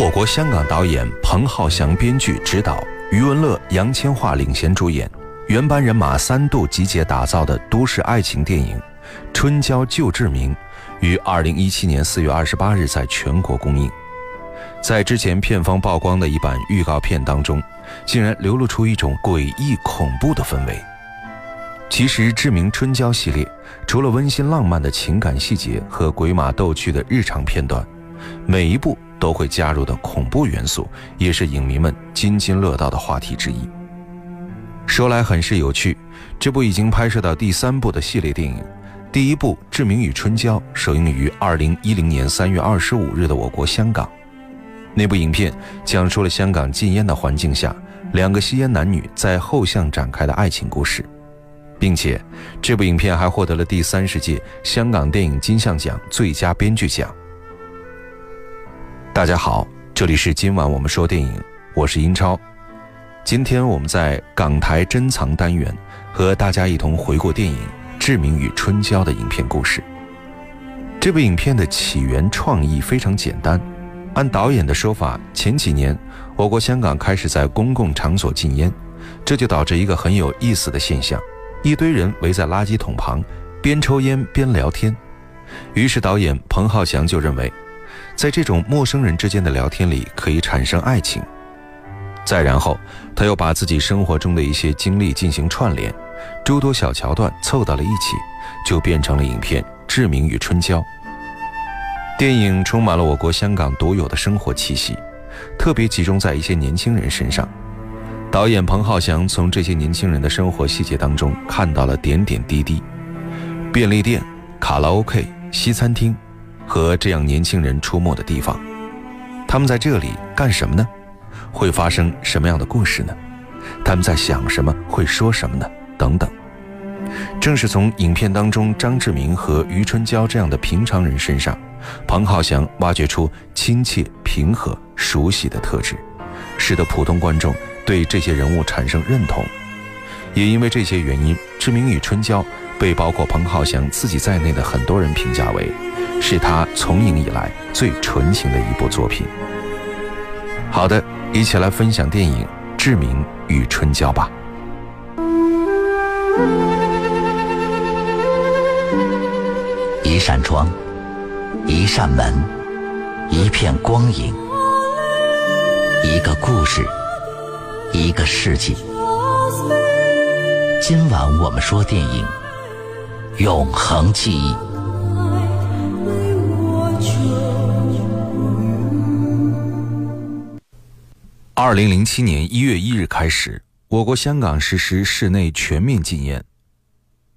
我国香港导演彭浩翔编剧执导，余文乐、杨千嬅领衔主演，原班人马三度集结打造的都市爱情电影《春娇救志明》，于二零一七年四月二十八日在全国公映。在之前片方曝光的一版预告片当中，竟然流露出一种诡异恐怖的氛围。其实，《志明春娇》系列除了温馨浪漫的情感细节和鬼马逗趣的日常片段，每一部都会加入的恐怖元素，也是影迷们津津乐道的话题之一。说来很是有趣，这部已经拍摄到第三部的系列电影，第一部《志明与春娇》首映于二零一零年三月二十五日的我国香港。那部影片讲述了香港禁烟的环境下，两个吸烟男女在后巷展开的爱情故事，并且这部影片还获得了第三十届香港电影金像奖最佳编剧奖。大家好，这里是今晚我们说电影，我是英超。今天我们在港台珍藏单元和大家一同回顾电影《志明与春娇》的影片故事。这部影片的起源创意非常简单。按导演的说法，前几年我国香港开始在公共场所禁烟，这就导致一个很有意思的现象：一堆人围在垃圾桶旁，边抽烟边聊天。于是导演彭浩翔就认为，在这种陌生人之间的聊天里可以产生爱情。再然后，他又把自己生活中的一些经历进行串联，诸多小桥段凑到了一起，就变成了影片《志明与春娇》。电影充满了我国香港独有的生活气息，特别集中在一些年轻人身上。导演彭浩翔从这些年轻人的生活细节当中看到了点点滴滴，便利店、卡拉 OK、西餐厅，和这样年轻人出没的地方。他们在这里干什么呢？会发生什么样的故事呢？他们在想什么？会说什么呢？等等。正是从影片当中张志明和余春娇这样的平常人身上，彭浩翔挖掘出亲切、平和、熟悉的特质，使得普通观众对这些人物产生认同。也因为这些原因，《志明与春娇》被包括彭浩翔自己在内的很多人评价为，是他从影以来最纯情的一部作品。好的，一起来分享电影《志明与春娇》吧。一扇窗，一扇门，一片光影，一个故事，一个世纪。今晚我们说电影《永恒记忆》。二零零七年一月一日开始，我国香港实施室内全面禁烟。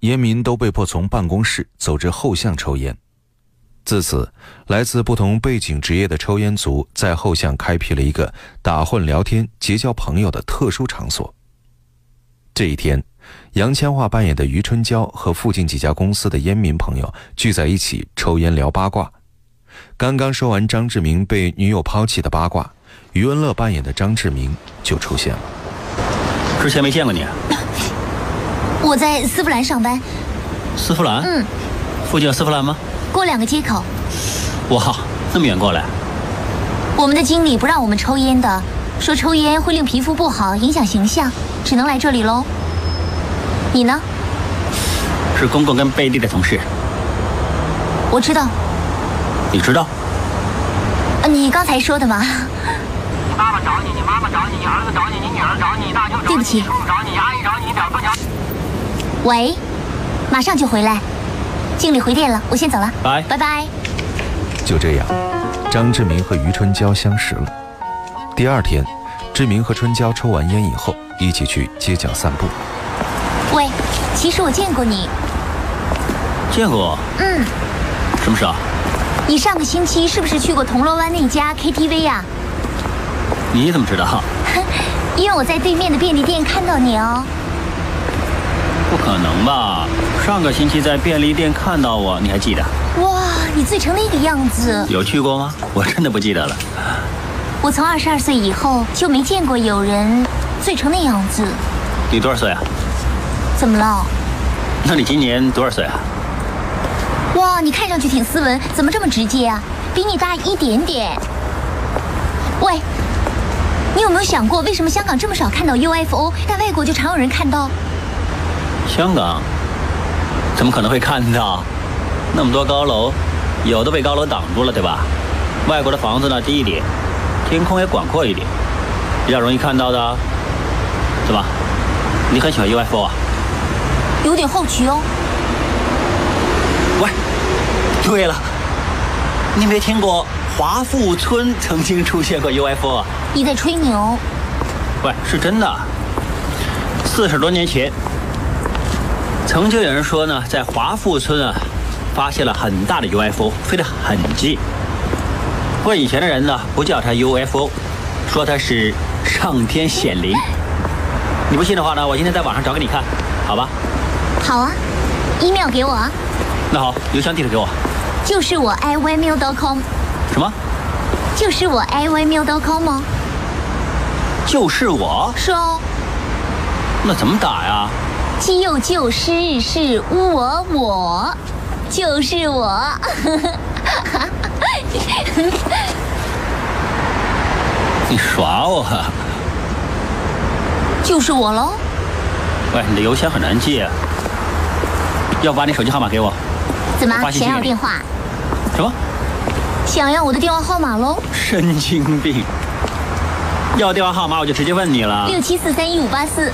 烟民都被迫从办公室走至后巷抽烟。自此，来自不同背景职业的抽烟族在后巷开辟了一个打混聊天、结交朋友的特殊场所。这一天，杨千嬅扮演的余春娇和附近几家公司的烟民朋友聚在一起抽烟聊八卦。刚刚说完张志明被女友抛弃的八卦，余文乐扮演的张志明就出现了。之前没见过你啊，我在丝芙兰上班，丝芙兰。嗯，附近有丝芙兰吗？过两个街口，哇，这么远过来，我们的经理不让我们抽烟的，说抽烟会令皮肤不好，影响形象，只能来这里喽。你呢？是公公跟贝蒂的同事，我知道，你知道？呃你刚才说的嘛。你爸爸找你，你妈妈找你，你儿子找你，你女儿找你，你大舅找你， 对不起你叔叔找你，你阿姨找你，你表哥找你。喂，马上就回来。经理回电了，我先走了，拜拜拜。就这样，张志明和余春娇相识了。第二天，志明和春娇抽完烟以后，一起去街角散步。喂，其实我见过你，见过。嗯，什么时啊候？你上个星期是不是去过铜锣湾那家 KTV 呀、你怎么知道？因为我在对面的便利店看到你哦。不可能吧？上个星期在便利店看到我，你还记得？哇，你醉成那个样子，有去过吗？我真的不记得了。我从二十二岁以后就没见过有人醉成那样子。你多少岁啊？怎么了？那你今年多少岁啊？哇，你看上去挺斯文，怎么这么直接啊？比你大一点点。喂，你有没有想过，为什么香港这么少看到 UFO，但外国就常有人看到？香港怎么可能会看到？那么多高楼，有的被高楼挡住了，对吧？外国的房子呢低一点，天空也广阔一点，比较容易看到的，对吧？你很喜欢 UFO 啊？有点好奇哦。喂，对了，你没听过华富村曾经出现过 UFO 啊？你在吹牛？喂，是真的。啊四十多年前，曾经有人说呢，在华富村啊，发现了很大的 UFO 飞的痕迹。不过以前的人呢，不叫它 UFO，说它是上天显灵。你不信的话呢，我今天在网上找给你看，好吧？好啊，email 给我啊，那好，邮箱地址给我。就是我 i y mail dot com，什么？就是我 i y mail dot com 哦。就是我？是哦，那怎么打呀？就就是是我我，就是我。 你耍我啊？就是我喽。喂，你的邮箱很难记啊，要不把你手机号码给我？怎么我发信息想要给你电话？什么？想要我的电话号码喽？神经病！要电话号码我就直接问你了。六七四三一五八四。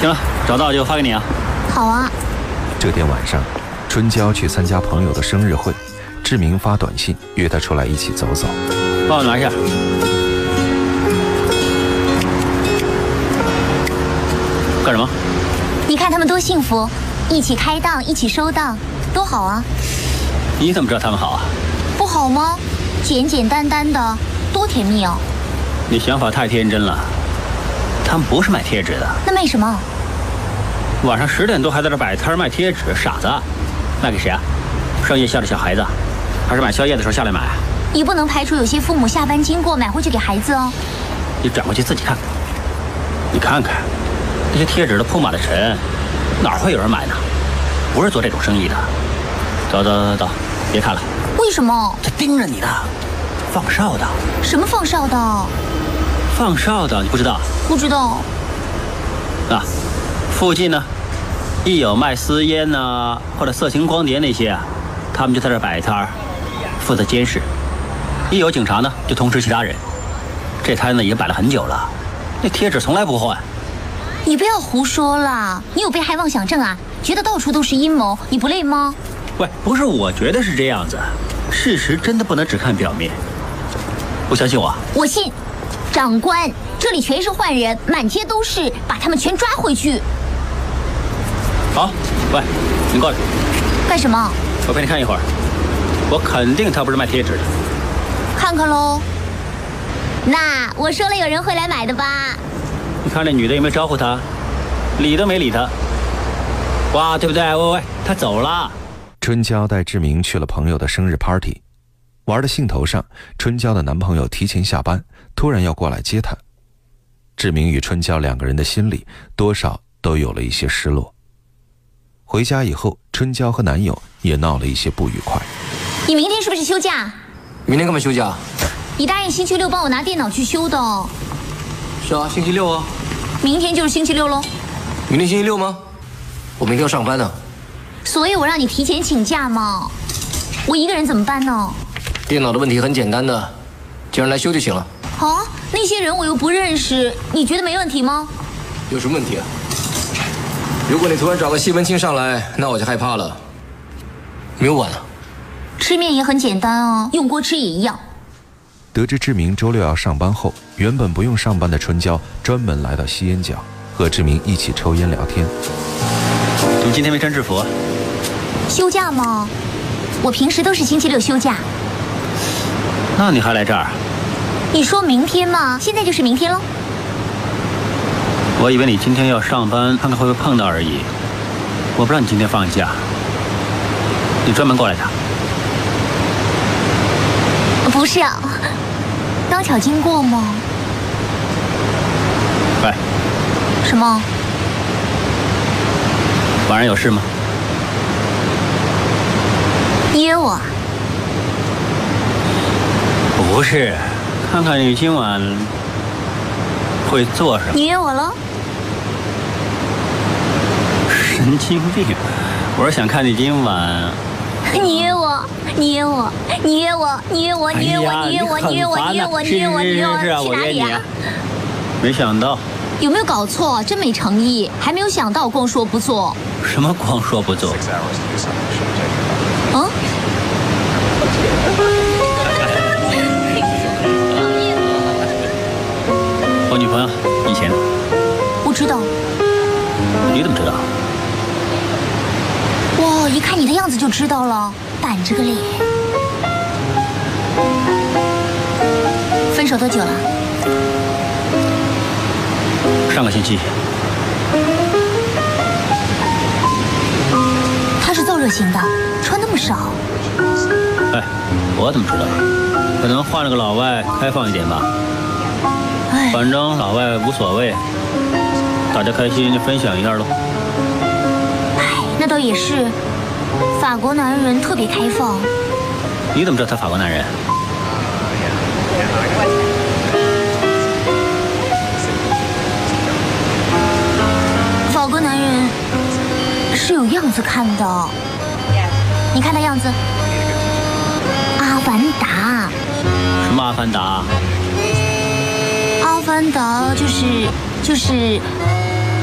行了，找到就发给你啊。好啊，这天晚上，春娇去参加朋友的生日会，志明发短信约她出来一起走走。帮我拿一下。干什么？你看他们多幸福，一起开档，一起收档，多好啊！你怎么知道他们好啊？不好吗？简简单单的，多甜蜜哦！你想法太天真了。他们不是卖贴纸的，那卖什么？晚上十点多还在这摆摊儿卖贴纸，傻子啊！卖给谁啊？上夜校的小孩子啊，还是买宵夜的时候下来买啊？也不能排除有些父母下班经过买回去给孩子哦。你转过去自己看看，你看看，那些贴纸都铺满了尘，哪儿会有人买呢？不是做这种生意的。走走走走，别看了，为什么？这盯着你的，放哨的，什么放哨的？放哨的，你不知道不知道。啊？附近呢，一有卖私烟呐、或者色情光碟那些啊，他们就在这儿摆摊儿，负责监视。一有警察呢，就通知其他人。这摊呢也摆了很久了，那贴纸从来不换。你不要胡说啦！你有被害妄想症啊？觉得到处都是阴谋，你不累吗？喂，不是，我觉得是这样子，事实真的不能只看表面。不相信我？啊我信，长官，这里全是坏人，满街都是，把他们全抓回去。好，喂，你过来，干什么？我陪你看一会儿。我肯定他不是卖贴纸的。看看喽。那我说了，有人会来买的吧？你看那女的有没有招呼他？理都没理他。哇，对不对？喂喂，他走了。春娇带志明去了朋友的生日 party，玩的兴头上，春娇的男朋友提前下班，突然要过来接她。志明与春娇两个人的心里多少都有了一些失落。回家以后，春娇和男友也闹了一些不愉快。你明天是不是休假？明天干嘛休假？你答应星期六帮我拿电脑去修的哦。是啊，星期六啊。明天就是星期六喽，明天星期六吗？我明天要上班呢、所以我让你提前请假嘛。我一个人怎么办呢？电脑的问题很简单的，叫人来修就行了。啊，那些人我又不认识，你觉得没问题吗？有什么问题啊？如果你突然找个西门庆上来，那我就害怕了。没有碗啊了、吃面也很简单哦，用锅吃也一样。得知志明周六要上班后，原本不用上班的春娇专门来到吸烟角，和志明一起抽烟聊天。怎么今天没穿制服啊？休假吗？我平时都是星期六休假。那你还来这儿？啊你说明天嘛，现在就是明天喽。我以为你今天要上班，看看会不会碰到而已。我不知道你今天放假，你专门过来的。不是啊，刚巧经过吗？喂，什么？晚上有事吗？你约我啊？是，看看你今晚会做什么。你约我喽？神经病！我是想看你今晚。你约我，你约我，你约我，你约我，哎你约呀我，你约我，你约我，你约我，你约我，你是约是是是啊我，去我哪约里你啊？啊没想到，有没有搞错？啊真没诚意，还没有想到光说不做。什么光说不做，嗯？我女朋友以前，我知道。你怎么知道？哇，一看你的样子就知道了，板着个脸。分手多久了？上个星期他是燥热型的，穿那么少，哎，我怎么知道？可能换了个老外，开放一点吧。哎，反正老外无所谓，大家开心就分享一下喽。那倒也是。法国男人特别开放，你怎么知道他法国男人？法国男人是有样子看的。你看他样子，《阿凡达》。什么阿凡达？阿凡达就是就是，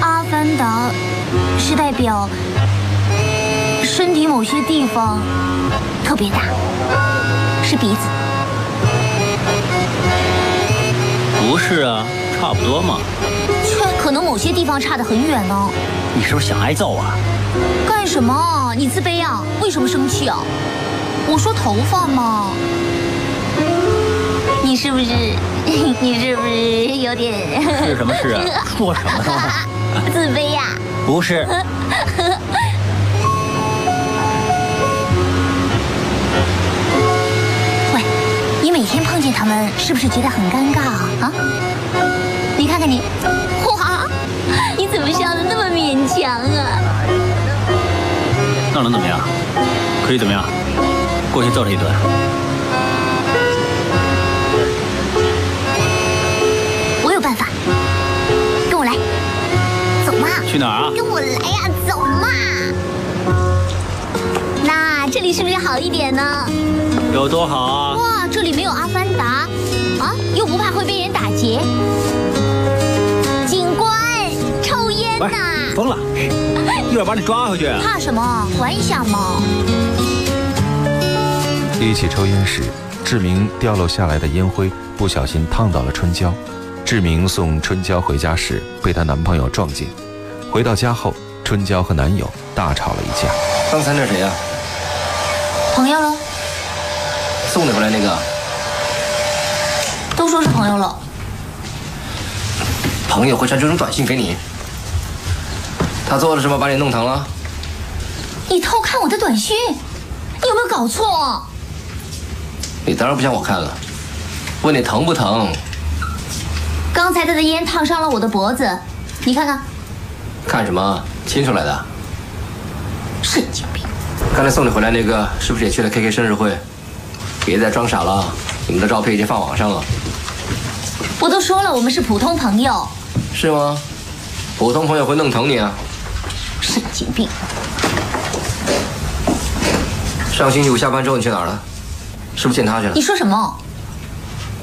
阿凡达是代表身体某些地方哦特别大，是鼻子。不是啊，差不多嘛。却可能某些地方差得很远呢。你是不是想挨揍啊？干什么？你自卑啊？为什么生气啊？我说头发嘛。你是不 是？你是不是有点 是什么事啊？说什么呢？自卑啊呀、不是，喂，你每天碰见他们，是不是觉得很尴尬啊？啊？你看看你，哇，你怎么笑得那么勉强啊？那能怎么样？可以怎么样？过去揍他一顿。我有办法，跟我来，走嘛，去哪儿啊？跟我来呀、走嘛。那这里是不是好一点呢？有多好啊？哇，这里没有阿凡达，啊，又不怕会被人打劫。警官，抽烟喂呐、，疯了！一会儿把你抓回去。啊怕什么？玩一下嘛。一起抽烟时，志明掉落下来的烟灰不小心烫到了春娇。志明送春娇回家时被她男朋友撞见，回到家后，春娇和男友大吵了一架。刚才那谁呀、啊朋友喽，送你回来那个都说是朋友了。朋友会传这种短信给你？他做了什么把你弄疼了？你偷看我的短讯，你有没有搞错？你当然不想我看了。问你疼不疼？刚才他的烟烫伤了我的脖子，你看看，看什么？亲出来的？神经病！刚才送你回来那个是不是也去了 KK 生日会？别再装傻了，你们的照片已经放网上了，我都说了我们是普通朋友，是吗？普通朋友会弄疼你啊。神经病！上星期五下班之后你去哪儿了？是不是见他去了你？说什么？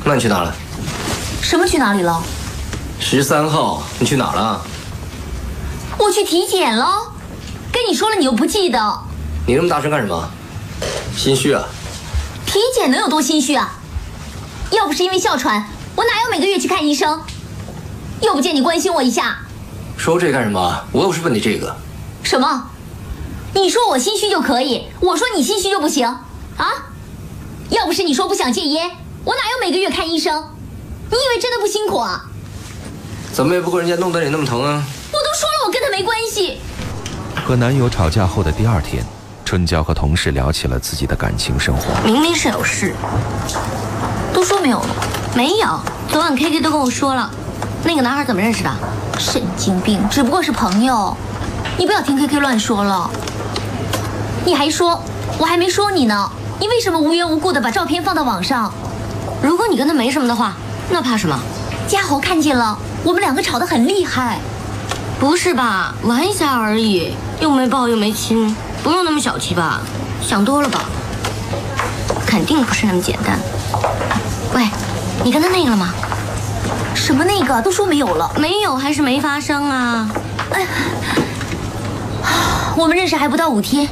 那你去哪儿了？什么去哪里了？十三号你去哪儿了？我去体检了，跟你说了你又不记得，你那么大声干什么？心虚啊？体检能有多心虚啊？要不是因为哮喘，我哪有每个月去看医生？又不见你关心我一下，说这干什么？啊我又不是问你这个。什么？你说我心虚就可以，我说你心虚就不行啊？要不是你说不想戒烟，我哪有每个月看医生？你以为真的不辛苦啊？怎么也不过人家弄得你那么疼啊！我都说了我跟他没关系，和男友吵架后的第二天，春娇和同事聊起了自己的感情生活。明明是有事，都说没有了，没有。昨晚 K K 都跟我说了，那个男孩怎么认识的？神经病，只不过是朋友，你不要听 K K 乱说了。你还说我还没说你呢，你为什么无缘无故的把照片放到网上？如果你跟他没什么的话，那怕什么？嘉豪看见了，我们两个吵得很厉害。不是吧？玩一下而已，又没抱又没亲，不用那么小气吧？想多了吧？肯定不是那么简单。喂，你跟他那个了吗？什么那个都说没有了，没有还是没发生啊？哎，我们认识还不到五天，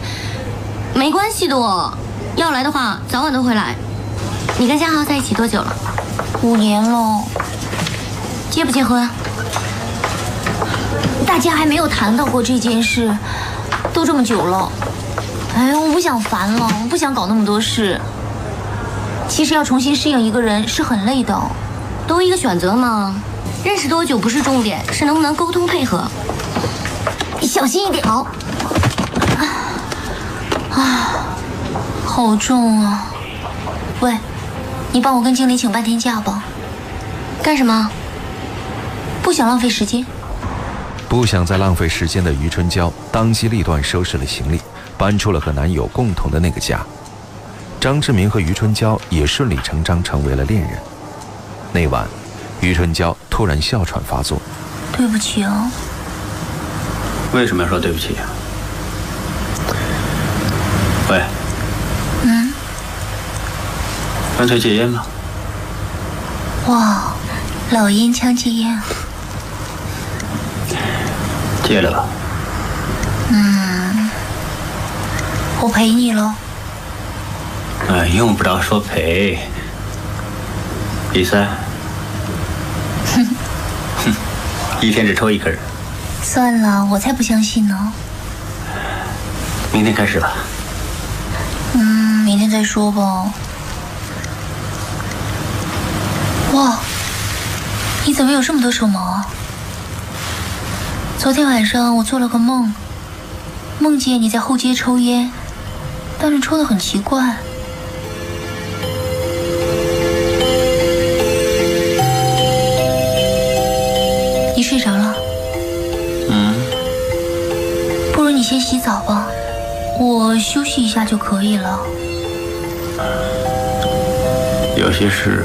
没关系的哦。要来的话，早晚都会来。你跟嘉豪在一起多久了？五年了。结不结婚？大家还没有谈到过这件事，都这么久了。哎呦，我不想烦了，我不想搞那么多事。其实要重新适应一个人是很累的，多一个选择嘛。认识多久不是重点，是能不能沟通配合。小心一点。好。啊，好重啊！喂，你帮我跟经理请半天假吧。干什么？不想浪费时间。不想再浪费时间的余春娇当机立断收拾了行李，搬出了和男友共同的那个家。张志明和余春娇也顺理成章成为了恋人。那晚，余春娇突然哮喘发作。对不起啊。为什么要说对不起、啊？喂。嗯。干脆戒烟吧。哇，老烟枪戒烟。戒了吧。嗯，我陪你喽。哎，用不着说陪。比赛。 哼哼，一天只抽一根。算了，我才不相信呢。明天开始吧。嗯，明天再说吧。哇，你怎么有这么多手毛啊？昨天晚上我做了个梦，梦见你在后街抽烟，但是抽的很奇怪。你睡着了？嗯。不如你先洗澡吧，我休息一下就可以了。有些事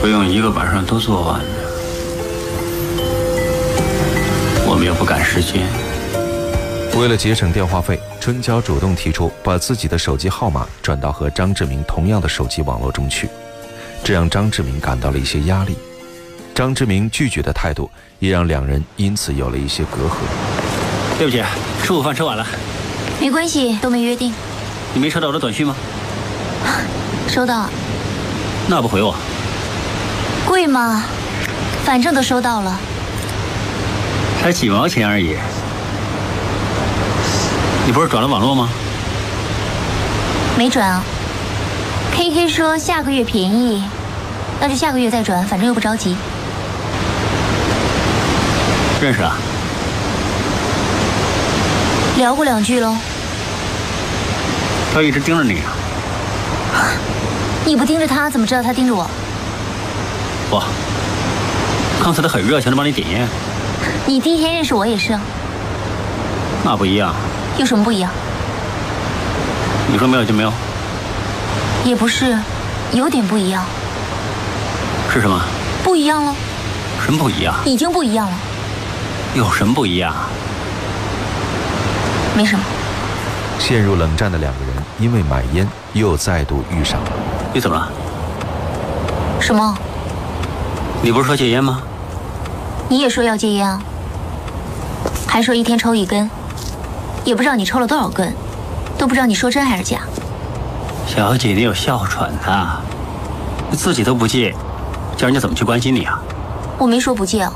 不用一个晚上都做完。我们又不赶时间。为了节省电话费，春娇主动提出把自己的手机号码转到和张志明同样的手机网络中去，这让张志明感到了一些压力。张志明拒绝的态度也让两人因此有了一些隔阂。对不起，啊吃午饭吃晚了。没关系，都没约定。你没收到我的短信吗？收到。那不回我？贵吗？反正都收到了。才几毛钱而已，你不是转了网络吗？没转啊。K K 说下个月便宜，那就下个月再转，反正又不着急。认识啊？聊过两句喽。他一直盯着你啊。你不盯着他，怎么知道他盯着我？哇，刚才他很热情的帮你点烟。你第一天认识我也是，啊那不一样。有什么不一样？你说没有就没有。也不是，有点不一样。是什么？不一样了。什么不一样？已经不一样了。有什么不一样？啊没什么。陷入冷战的两个人，因为买烟又再度遇上了。你怎么了？什么？你不是说戒烟吗？你也说要戒烟啊？还说一天抽一根，也不知道你抽了多少根，都不知道你说真还是假。小姐，你有哮喘的、啊，你自己都不戒，叫人家怎么去关心你啊？我没说不戒啊。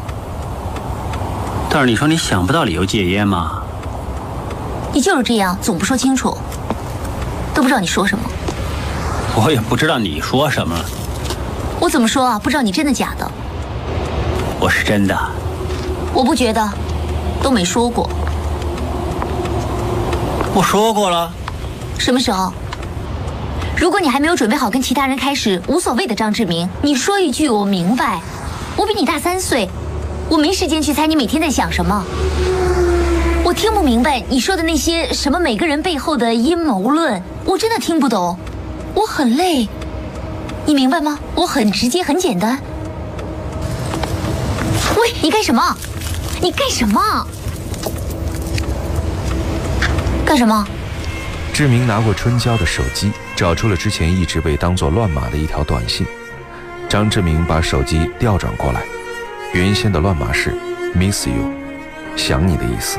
但是你说你想不到理由戒烟吗？你就是这样，总不说清楚，都不知道你说什么。我也不知道你说什么了。我怎么说啊？不知道你真的假的。我是真的。我不觉得。都没说过，我说过了，什么时候？如果你还没有准备好跟其他人开始，无所谓的张志明，你说一句我明白。我比你大三岁，我没时间去猜你每天在想什么。我听不明白你说的那些什么每个人背后的阴谋论，我真的听不懂。我很累，你明白吗？我很直接，很简单。喂，你干什么？你干什么？干什么？志明拿过春娇的手机，找出了之前一直被当作乱码的一条短信。张志明把手机调转过来，原先的乱码是 “miss you”，想你的意思。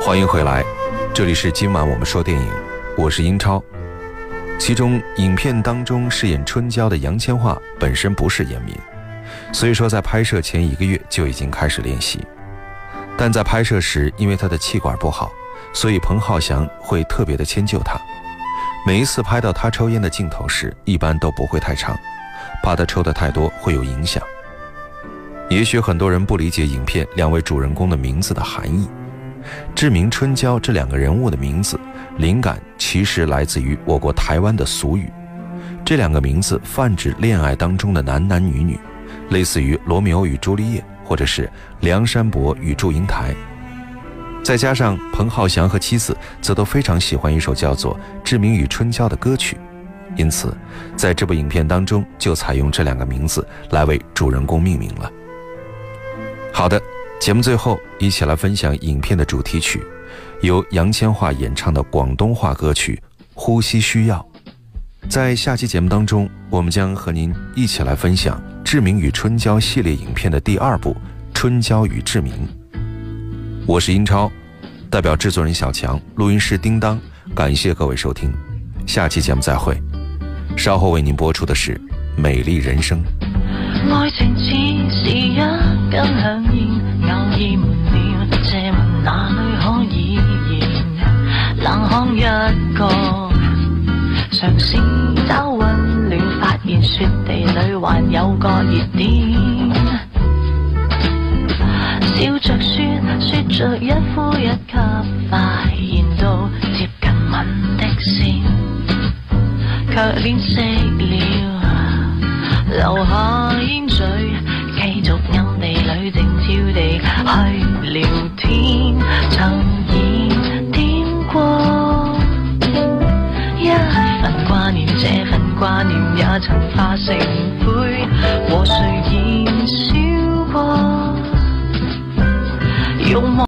欢迎回来，这里是今晚我们说电影，我是英超。其中，影片当中饰演春娇的杨千嬅本身不是演民，所以说在拍摄前一个月就已经开始练习。但在拍摄时，因为她的气管不好。所以彭浩翔会特别的迁就他，每一次拍到他抽烟的镜头时，一般都不会太长，怕他抽的太多会有影响。也许很多人不理解影片两位主人公的名字的含义，志明、春娇这两个人物的名字灵感其实来自于我国台湾的俗语，这两个名字泛指恋爱当中的男男女女，类似于罗密欧与朱丽叶，或者是梁山伯与祝英台。再加上彭浩翔和妻子则都非常喜欢一首叫做《志明与春娇》的歌曲，因此，在这部影片当中就采用这两个名字来为主人公命名了。好的，节目最后一起来分享影片的主题曲，由杨千嬅演唱的广东话歌曲《呼吸需要》。在下期节目当中，我们将和您一起来分享《志明与春娇》系列影片的第二部《春娇与志明》。我是英超，代表制作人小强、录音师叮当，感谢各位收听，下期节目再会。稍后为您播出的是《美丽人生》。愛情似是一根香煙，偶爾悶了，借問哪裏可以燃？冷巷一個，嘗試找溫暖，發現雪地裏還有個熱點。笑着說，說着一呼一吸，發現到接近吻的線，卻臉色了，留下煙嘴，繼續暗地裏靜悄地去聊天，曾燃點過一份掛念，這份掛念也曾化成。